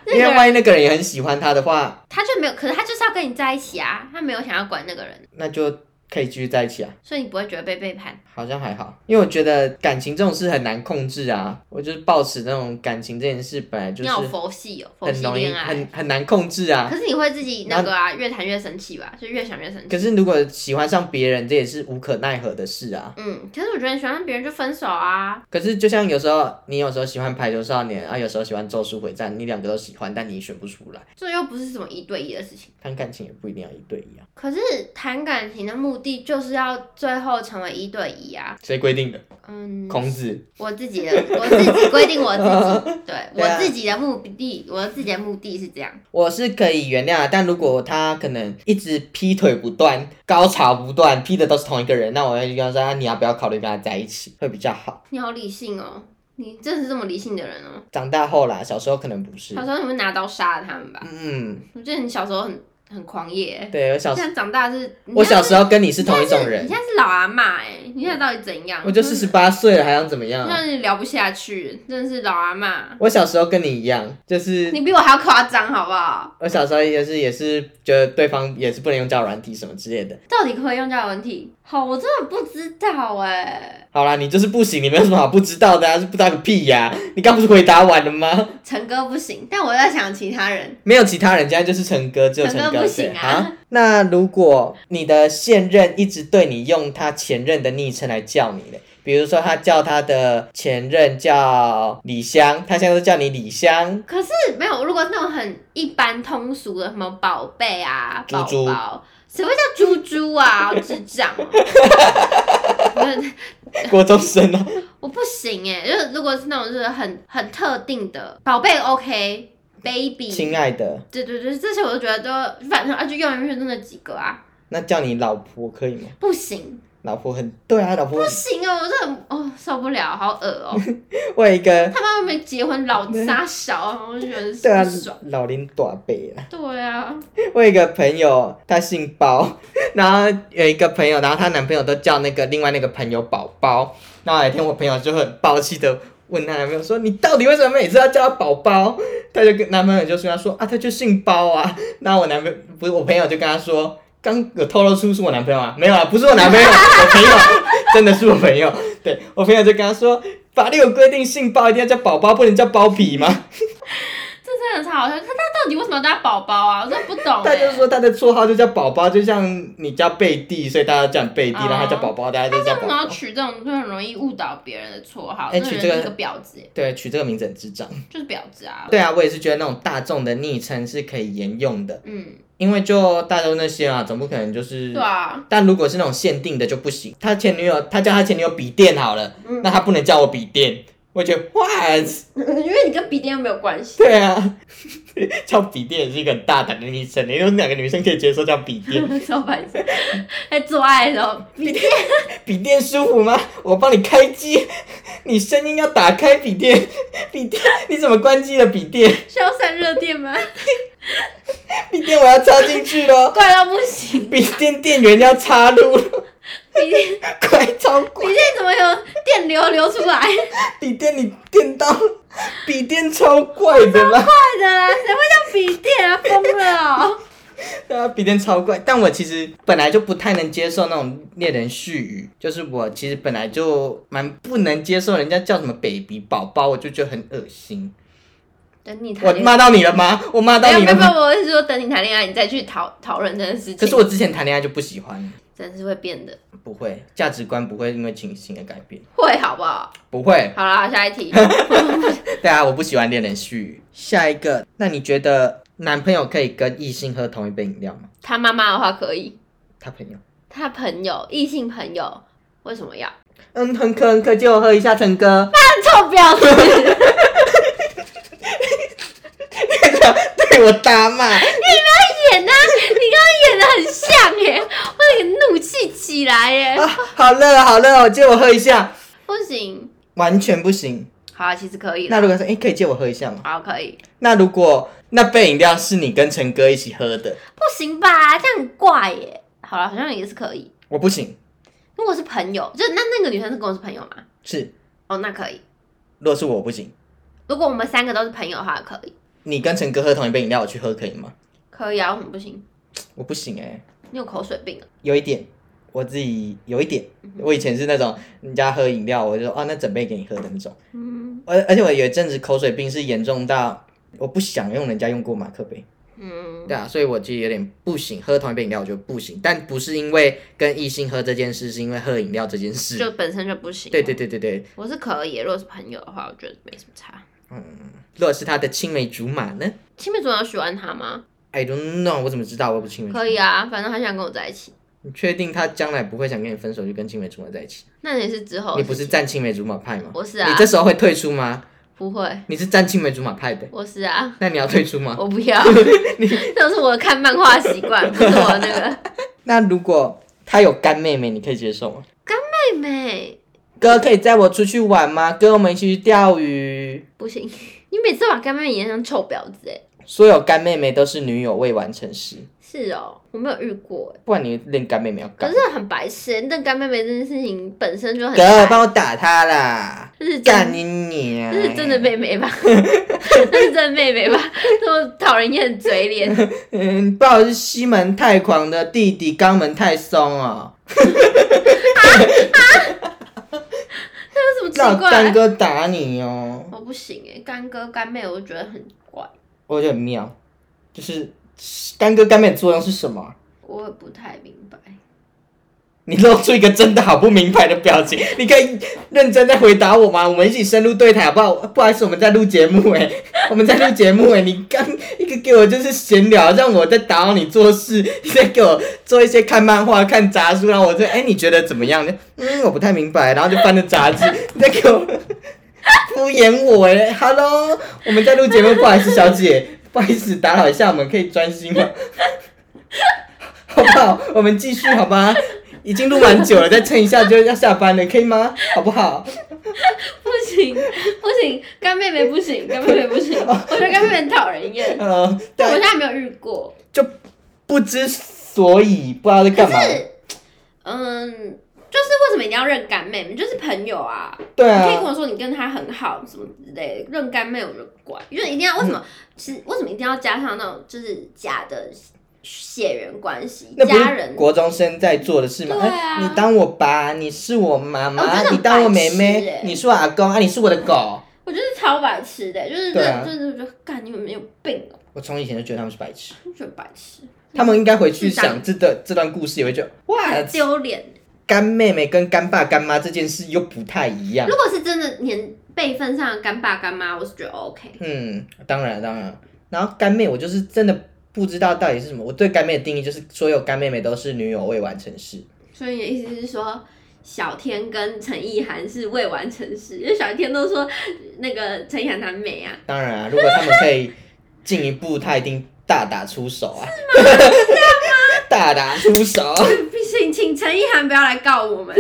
[SPEAKER 2] 因为万一那个人也很喜欢他的话，
[SPEAKER 1] 他就没有，可是他就是要跟你在一起啊，他没有想要管那个人，
[SPEAKER 2] 那就可以继续在一起啊。
[SPEAKER 1] 所以你不会觉得被背叛。
[SPEAKER 2] 好像还好，因为我觉得感情这种事很难控制啊。我就是抱持那种感情这件事，本来就
[SPEAKER 1] 你好
[SPEAKER 2] 是
[SPEAKER 1] 佛系哦，佛
[SPEAKER 2] 很
[SPEAKER 1] 系
[SPEAKER 2] 容易
[SPEAKER 1] 恋爱。
[SPEAKER 2] 很很难控制啊。
[SPEAKER 1] 可是你会自己那个啊，越谈越生气吧，就越想越生气。
[SPEAKER 2] 可是如果喜欢上别人，这也是无可奈何的事啊。
[SPEAKER 1] 嗯，可是我觉得你喜欢别人就分手啊，
[SPEAKER 2] 可是就像有时候你有时候喜欢排球少年啊，有时候喜欢咒术回战，你两个都喜欢，但你选不出来。
[SPEAKER 1] 这又不是什么一对一的事情。
[SPEAKER 2] 谈感情也不一定要一对一啊，
[SPEAKER 1] 可是谈感情的目的就是要最后成为一对一啊。
[SPEAKER 2] 谁规定的？
[SPEAKER 1] 嗯，
[SPEAKER 2] 孔子。
[SPEAKER 1] 我自己 的，我自己规定我自己，对
[SPEAKER 2] 对啊
[SPEAKER 1] 我自己的目的，我自己的目的是这样。
[SPEAKER 2] 我是可以原谅啊，但如果他可能一直劈腿不断，高潮不断，劈的都是同一个人，那我要跟他说，啊、你要不要考虑跟他在一起会比较好？
[SPEAKER 1] 你好理性哦，你真的是这么理性的人哦。
[SPEAKER 2] 长大后啦，小时候可能不是
[SPEAKER 1] 小。时候你会拿刀杀了他们吧？
[SPEAKER 2] 嗯，
[SPEAKER 1] 我记得你小时候很很狂野欸，
[SPEAKER 2] 对我小
[SPEAKER 1] 现在长大是，你
[SPEAKER 2] 我
[SPEAKER 1] 要
[SPEAKER 2] 小
[SPEAKER 1] 是
[SPEAKER 2] 时候跟你是同一种
[SPEAKER 1] 你
[SPEAKER 2] 人，
[SPEAKER 1] 现在是老阿妈哎、你现在到底怎样？
[SPEAKER 2] 我就四十八岁了，还想怎么样啊？
[SPEAKER 1] 让你聊不下去，真的是老阿妈。
[SPEAKER 2] 我小时候跟你一样，就是
[SPEAKER 1] 你比我还要夸张，好不好？
[SPEAKER 2] 我小时候也是也是觉得对方也是不能用交友软体什么之类的。
[SPEAKER 1] 到底可不可以用交友软体？好，我真的不知道哎、
[SPEAKER 2] 好啦，你就是不行，你没有什么好不知道的、啊，是不知道个屁呀、你刚不是回答完了吗？
[SPEAKER 1] 陈哥不行，但我在想其他人。
[SPEAKER 2] 没有其他人，现在就是陈哥，只有陈
[SPEAKER 1] 陈哥不行
[SPEAKER 2] 对
[SPEAKER 1] 啊
[SPEAKER 2] 那如果你的现任一直对你用他前任的昵称来叫你嘞，比如说他叫他的前任叫李湘，他现在都叫你 李湘，
[SPEAKER 1] 可是没有，如果那种很一般通俗的，什么宝贝啊、
[SPEAKER 2] 猪
[SPEAKER 1] 宝
[SPEAKER 2] 猪
[SPEAKER 1] 宝，谁会叫猪猪啊？我智障哦、我
[SPEAKER 2] 国中生啊，
[SPEAKER 1] 我不行哎、就是如果是那种就是很很特定的宝贝，OK，baby，、
[SPEAKER 2] 亲爱的，
[SPEAKER 1] 对对对，这些我都觉得都反正啊，就用来用去就那几个啊，
[SPEAKER 2] 那叫你老婆可以吗？
[SPEAKER 1] 不行
[SPEAKER 2] 老婆很对啊，老婆
[SPEAKER 1] 不行哦、我真的很哦受不了，好恶 哦、
[SPEAKER 2] 为一个
[SPEAKER 1] 他妈又没结婚，老傻小啊，我就觉得
[SPEAKER 2] 对啊
[SPEAKER 1] 不爽。，
[SPEAKER 2] 老龄短辈啊。
[SPEAKER 1] 对啊，
[SPEAKER 2] 我有一个朋友，他姓包， 然后有一个朋友，然后她男朋友都叫那个另外那个朋友宝宝。然后有一天我朋友就很暴气的问她男朋友说：“你到底为什么每次要叫她宝宝？” 她就跟男朋友就说：“她说啊，她就姓包啊。”然后我男朋友不是我朋友就跟她说：“刚有透露出是我男朋友啊？没有啊，不是我男朋友，我朋友 真的是我朋友。对我朋友就跟她说。”法律有规定，姓包一定要叫宝宝，不能叫包皮吗？
[SPEAKER 1] 这真的超好笑。他他到底为什么要叫宝宝啊？我真的不懂、欸。
[SPEAKER 2] 他就说他的绰号就叫宝宝，就像你叫贝蒂，所以大家叫你贝蒂，
[SPEAKER 1] 哦
[SPEAKER 2] 然后他叫宝宝，大家就叫
[SPEAKER 1] 为
[SPEAKER 2] 宝
[SPEAKER 1] 什么要
[SPEAKER 2] 宝。
[SPEAKER 1] 取这种就很容易误导别人的绰号？
[SPEAKER 2] 哎
[SPEAKER 1] 那
[SPEAKER 2] 取
[SPEAKER 1] 人
[SPEAKER 2] 这个
[SPEAKER 1] 是个婊子欸，
[SPEAKER 2] 对，取这个名字很智障。
[SPEAKER 1] 就是婊子啊。
[SPEAKER 2] 对啊，我也是觉得那种大众的昵称是可以沿用的，
[SPEAKER 1] 嗯，
[SPEAKER 2] 因为就大众那些啊，总不可能就是
[SPEAKER 1] 对。啊，
[SPEAKER 2] 但如果是那种限定的就不行。他前女友，他叫他前女友笔电好了，
[SPEAKER 1] 嗯
[SPEAKER 2] 那他不能叫我笔电。我觉得 what？
[SPEAKER 1] 因为你跟笔电又没有关 系。
[SPEAKER 2] 对啊，叫笔电也是一个很大胆的昵称，你有哪个女生可以接受叫笔电？
[SPEAKER 1] 超白痴，在做爱的时候，笔电
[SPEAKER 2] 笔电舒服吗？我帮你开机，你声音要打开笔电，笔电你怎么关机了？笔电，
[SPEAKER 1] 需要散热垫吗？
[SPEAKER 2] 笔电我要插进去咯，
[SPEAKER 1] 怪到不行，
[SPEAKER 2] 笔电电源要插入咯，
[SPEAKER 1] 笔电
[SPEAKER 2] 快超
[SPEAKER 1] 笔
[SPEAKER 2] 快！
[SPEAKER 1] 电怎么有电流流出来？
[SPEAKER 2] 笔电你电到，笔电超怪的啦，
[SPEAKER 1] 快的啦，谁会叫笔电啊？疯了哦！
[SPEAKER 2] 对啊，笔电超怪。但我其实本来就不太能接受那种恋人絮语，就是我其实本来就蛮不能接受人家叫什么 baby 宝宝，我就觉得很恶心。
[SPEAKER 1] 等你谈
[SPEAKER 2] 我
[SPEAKER 1] 恋爱，
[SPEAKER 2] 骂到你了吗？我骂
[SPEAKER 1] 没
[SPEAKER 2] 到
[SPEAKER 1] 有
[SPEAKER 2] 你
[SPEAKER 1] 没
[SPEAKER 2] 了
[SPEAKER 1] 有，没有
[SPEAKER 2] 吗？
[SPEAKER 1] 我是说等你谈恋爱，你再去讨讨论这件事情。
[SPEAKER 2] 可 是我之前谈恋爱就不喜欢。
[SPEAKER 1] 真是会变的，
[SPEAKER 2] 不会，价值观不会因为情形而改变。
[SPEAKER 1] 会好不好？
[SPEAKER 2] 不会，
[SPEAKER 1] 好啦，下一 题。
[SPEAKER 2] 对啊，我不喜欢恋人絮语。下一个，那你觉得男朋友可以跟异性喝同一杯饮料吗？
[SPEAKER 1] 他妈妈的话可以，
[SPEAKER 2] 他朋友，
[SPEAKER 1] 他朋友异性朋友为什么要？
[SPEAKER 2] 嗯，很渴很渴，借我喝一下，陈哥。
[SPEAKER 1] 看臭婊子，
[SPEAKER 2] 对我大骂，
[SPEAKER 1] 演啊！你刚刚演的很像耶，我那个怒气起来耶，
[SPEAKER 2] 啊，好热好热哦，借我喝一下，
[SPEAKER 1] 不行。
[SPEAKER 2] 完全不行。
[SPEAKER 1] 好啊，其实可以了，
[SPEAKER 2] 那如果说，哎、可以借我喝一下吗？
[SPEAKER 1] 好可以，
[SPEAKER 2] 那如果那杯饮料是你跟陈哥一起喝的，
[SPEAKER 1] 不行吧？这样很怪耶。好了，好像也是可以。
[SPEAKER 2] 我不行，
[SPEAKER 1] 如果是朋友，就那那个女生是跟我是朋友嘛？
[SPEAKER 2] 是，
[SPEAKER 1] 哦，那可以。
[SPEAKER 2] 如果是我不行，
[SPEAKER 1] 如果我们三个都是朋友的话，可以，
[SPEAKER 2] 你跟陈哥喝同一杯饮料，我去喝可以吗？
[SPEAKER 1] 可以啊，为什么不行？
[SPEAKER 2] 我不行哎、
[SPEAKER 1] 你有口水病啊？
[SPEAKER 2] 有一点，我自己有一点
[SPEAKER 1] 嗯，
[SPEAKER 2] 我以前是那种人家喝饮料，我就说啊，那准备给你喝的那种。
[SPEAKER 1] 嗯
[SPEAKER 2] 而而且我有一阵子口水病是严重到我不想用人家用过马克杯，
[SPEAKER 1] 嗯
[SPEAKER 2] 对啊，所以我其实有点不行，喝同一杯饮料我就不行，但不是因为跟异性喝这件事，是因为喝饮料这件事。
[SPEAKER 1] 就本身就不行。
[SPEAKER 2] 对对，对对对，
[SPEAKER 1] 我是可以耶。如果是朋友的话，我觉得没什么差。
[SPEAKER 2] 如果是他的青梅竹马呢
[SPEAKER 1] 青梅竹马有喜欢他吗？
[SPEAKER 2] ？I don't know，我怎么知道我不青梅竹马？
[SPEAKER 1] 可以啊，反正他想跟我在一起，
[SPEAKER 2] 你确定他将来不会想跟你分手，就跟青梅竹马在一起？
[SPEAKER 1] 那也哦是之后
[SPEAKER 2] 你
[SPEAKER 1] 的
[SPEAKER 2] 不
[SPEAKER 1] 事
[SPEAKER 2] 是
[SPEAKER 1] 情。
[SPEAKER 2] 站青梅竹马派吗？
[SPEAKER 1] 我是啊
[SPEAKER 2] 你这时候会退出吗？
[SPEAKER 1] 不会，
[SPEAKER 2] 你是站青梅竹马派的，
[SPEAKER 1] 我是啊，
[SPEAKER 2] 那你要退出吗？
[SPEAKER 1] 我不 要，这是我看漫画的习惯，不是我那个
[SPEAKER 2] 那如果他有干妹妹，你可以接受吗？
[SPEAKER 1] 妹妹
[SPEAKER 2] 哥可以载我出去玩吗？哥，我们一起去钓鱼。
[SPEAKER 1] 不行。你每次把干妹妹演成臭婊子哎、
[SPEAKER 2] 所有干妹妹都是女友未完成时，
[SPEAKER 1] 是哦，我没有遇过欸。
[SPEAKER 2] 不然你练干妹妹要
[SPEAKER 1] 可
[SPEAKER 2] 干嘛
[SPEAKER 1] 是？很白痴欸，那干妹妹这件事情本身就很
[SPEAKER 2] 哥，帮
[SPEAKER 1] 白，
[SPEAKER 2] 我打他啦！
[SPEAKER 1] 就是
[SPEAKER 2] 干
[SPEAKER 1] 真，
[SPEAKER 2] 你你！
[SPEAKER 1] 这是真的妹妹吧？这是真的妹妹吧？这么讨人厌的嘴脸，
[SPEAKER 2] 嗯，不好意思，西门太狂的弟弟肛门太松哦，
[SPEAKER 1] 这有什么奇
[SPEAKER 2] 让我干
[SPEAKER 1] 怪？
[SPEAKER 2] 哥打你哦，
[SPEAKER 1] 我不行哎，干哥干妹我就觉得很怪，
[SPEAKER 2] 我觉得很妙，就是干哥干妹的作用是什么啊？
[SPEAKER 1] 我也不太明 白。
[SPEAKER 2] 你露出一个真的好不明白的表情， 你可以认真在回答我吗？我们一起深入对谈好不好？不好意思，我们在录节目哎、 我们在录节目哎、你刚一个给我就是闲聊，让我在打扰你做事， 你在给我做一些看漫画、看杂书，然后我就哎、你觉得怎么样？嗯，我不太明白，然后就翻着杂志， 你在给我敷衍我哎、Hello，我们在录节目，不好意思，小姐，不好意思打扰一下，我们可以专心吗？ 好不好？我们继续好吧？已经录完久了，再撑一下就要下班了，可以吗？ 好不好？
[SPEAKER 1] 不行，不行，干妹妹不行，干妹妹不 行，我觉得干妹妹很讨人厌。
[SPEAKER 2] 呃，
[SPEAKER 1] 但我
[SPEAKER 2] 对，
[SPEAKER 1] 现在没有遇过，
[SPEAKER 2] 就不知所以，不知道在干嘛。
[SPEAKER 1] 嗯，就是为什么一定要认干妹妹？就是朋友啊，
[SPEAKER 2] 对
[SPEAKER 1] 你可以跟
[SPEAKER 2] 啊，
[SPEAKER 1] 我说你跟他很好什么之类的，认干妹我就管，就是一定要为什
[SPEAKER 2] 嗯
[SPEAKER 1] 么？其实为什么一定要加上那种就是假的血缘关系、
[SPEAKER 2] 那不
[SPEAKER 1] 家
[SPEAKER 2] 是
[SPEAKER 1] 人？
[SPEAKER 2] 国中生在做的事吗？
[SPEAKER 1] 对啊
[SPEAKER 2] 哎你当我爸，你是我妈
[SPEAKER 1] 我
[SPEAKER 2] 妈
[SPEAKER 1] 真的，很
[SPEAKER 2] 你当我妹
[SPEAKER 1] 白痴
[SPEAKER 2] 妹
[SPEAKER 1] 欸，
[SPEAKER 2] 你是我阿公啊，你是我的狗。
[SPEAKER 1] 我觉得超白痴的，就是
[SPEAKER 2] 对啊
[SPEAKER 1] 真就是觉得干你们没有病哦、
[SPEAKER 2] 我从以前就觉得他们是白痴，
[SPEAKER 1] 我就觉得白痴，
[SPEAKER 2] 他们应该回去
[SPEAKER 1] 智障
[SPEAKER 2] 想这段这段故事，也会觉得哇，
[SPEAKER 1] 很丢脸。
[SPEAKER 2] 干妹妹跟干爸干妈这件事又不太一样
[SPEAKER 1] 如。果是真的年辈分上的干爸干妈，我是觉得 OK。
[SPEAKER 2] 嗯，当然当然。然后干妹，我就是真的不知道到底是什么。我对干妹的定义就是，所有干妹妹都是女友未完成式。
[SPEAKER 1] 所以你的意思是说，小天跟陈意涵是未完成事，因为小天都说那个陈意涵很美啊，
[SPEAKER 2] 当然啊，如果他们可以进一步，他一定大打出手啊！ 大打出手，
[SPEAKER 1] 请请陈意涵不要来告我们。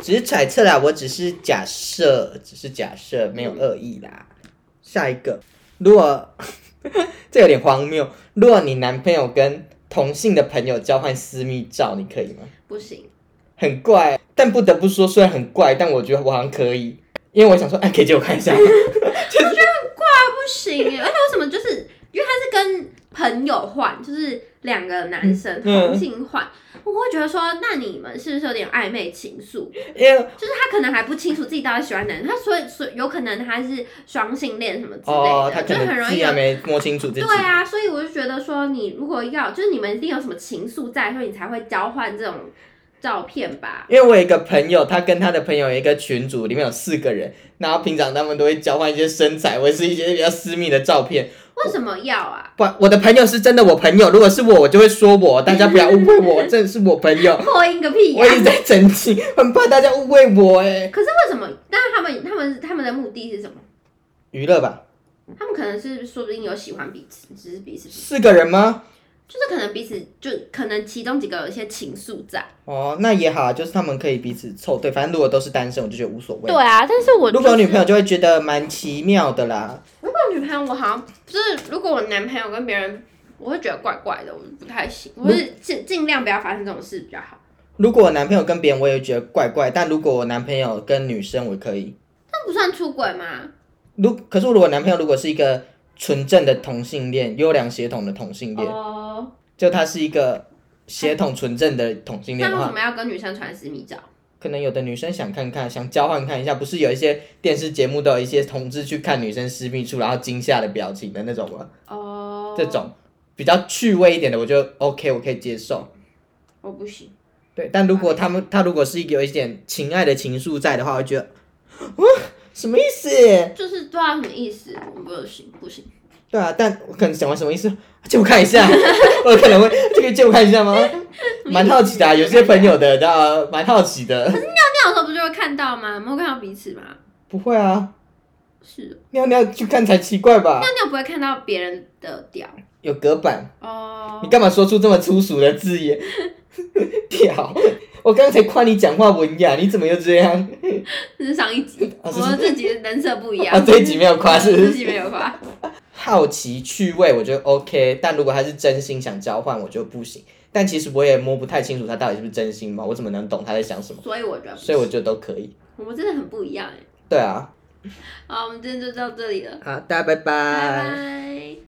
[SPEAKER 2] 只是揣测啦，我只是假设，只是假设，没有恶意啦。下一个，如果 这有点荒谬，如果你男朋友跟同性的朋友交换私密照，你可以吗？
[SPEAKER 1] 不行，
[SPEAKER 2] 很怪，但不得不说，虽然很怪，但我觉得我好像可以，因为我想说，哎，可以借我看 一下吗？
[SPEAKER 1] 他不行哎，而且为什么就是因为他是跟朋友换，就是两个男生
[SPEAKER 2] 嗯
[SPEAKER 1] 同性换，我会觉得说，那你们是不是有点暧昧情愫？
[SPEAKER 2] 因为
[SPEAKER 1] 就是他可能还不清楚自己到底喜欢男人，他所以所以有可能他是双性恋什么之类的，
[SPEAKER 2] 哦，他
[SPEAKER 1] 就
[SPEAKER 2] 可
[SPEAKER 1] 很
[SPEAKER 2] 能
[SPEAKER 1] 容
[SPEAKER 2] 自
[SPEAKER 1] 易
[SPEAKER 2] 己
[SPEAKER 1] 有
[SPEAKER 2] 还没摸清楚自己。
[SPEAKER 1] 对啊，所以我就觉得说，你如果要，就是你们一定有什么情愫在，所以你才会交换这种照片吧？
[SPEAKER 2] 因为我有一个朋友，他跟他的朋友有一个群组，里面有四个人，然后平常他们都会交换一些身材或者是一些比较私密的照片。
[SPEAKER 1] 为什么要啊？
[SPEAKER 2] 不，我的朋友是真的我朋友，如果是我，我就会说我，大家不要误会我，真的是我朋 友。
[SPEAKER 1] 破音个屁呀、
[SPEAKER 2] 我一直在澄清，很怕大家误会我哎。
[SPEAKER 1] 可是为什么？那他们他们他们的目的是什么？
[SPEAKER 2] 娱乐吧，
[SPEAKER 1] 他们可能是说不定有喜欢彼此，只是彼此
[SPEAKER 2] 四个人吗？
[SPEAKER 1] 就是可能彼此就可能其中几个有一些情愫在。
[SPEAKER 2] 哦，那也好啊，就是他们可以彼此凑对，反正如果都是单身，我就觉得无所谓。
[SPEAKER 1] 啊，但是我
[SPEAKER 2] 如果有女朋友就会觉得蛮奇妙的啦。
[SPEAKER 1] 如果有女朋友，我好像就是如果我男朋友跟别人，我会觉得怪怪的，我不太行，我是尽尽量不要发生这种事比较好。
[SPEAKER 2] 如果我男朋友跟别人，我也觉得怪怪；但如果我男朋友跟女生，我可以。
[SPEAKER 1] 那不算出轨吗？
[SPEAKER 2] 如可是如果我男朋友如果是一个纯正的同性恋，优良血统的同性恋，
[SPEAKER 1] 哦，
[SPEAKER 2] 就他是一个血统纯正的同性
[SPEAKER 1] 那
[SPEAKER 2] 恋的
[SPEAKER 1] 为什
[SPEAKER 2] 话，
[SPEAKER 1] 么要跟女生传私密照？
[SPEAKER 2] 可能有的女生想看看，想交换看一下，不是有一些电视节目都有一些同志去看女生私密处，然后惊吓的表情的那种吗？
[SPEAKER 1] 哦，
[SPEAKER 2] 啊这种比较趣味一点的，我就 OK，我可以接受。
[SPEAKER 1] 我不行，
[SPEAKER 2] 对，但如果他们他如果是一个有一点情爱的情愫在的话，我就觉得，哦，什么意思？
[SPEAKER 1] 就是不知道什么意思，我不行不行。
[SPEAKER 2] 对啊，但我可能想完什么意思，借我看一下，我可能会这个借我看一下吗？蛮好奇的、啊，有些朋友的，然后呃蛮好奇的。
[SPEAKER 1] 尿的时候不就会看到吗？没有看到彼此吗？
[SPEAKER 2] 不会啊，
[SPEAKER 1] 是哦，
[SPEAKER 2] 尿尿去看才奇怪吧？
[SPEAKER 1] 尿尿不会看到别人的屌
[SPEAKER 2] 有隔板，
[SPEAKER 1] 哦
[SPEAKER 2] 你。干嘛说出这么粗俗的字眼？ 屌！我刚才夸你讲话文雅，你怎么又这样？
[SPEAKER 1] 啊这是上一集，啊我
[SPEAKER 2] 哦这是
[SPEAKER 1] 们这集的人设不一样
[SPEAKER 2] 啊，。这一集没有夸是不
[SPEAKER 1] 这
[SPEAKER 2] 是？
[SPEAKER 1] 集没有夸。
[SPEAKER 2] 好奇趣味，我觉得 OK。但如果他是真心想交换，我就不行。但其实我也摸不太清楚他到底是不是真心嘛，我怎么能懂他在想什么？
[SPEAKER 1] 所以我觉得不
[SPEAKER 2] 所以我觉得都可以。
[SPEAKER 1] 我们真的很不一样哎。
[SPEAKER 2] 对啊，
[SPEAKER 1] 好，我们今天就到这里了，
[SPEAKER 2] 好，大家拜拜
[SPEAKER 1] 拜拜。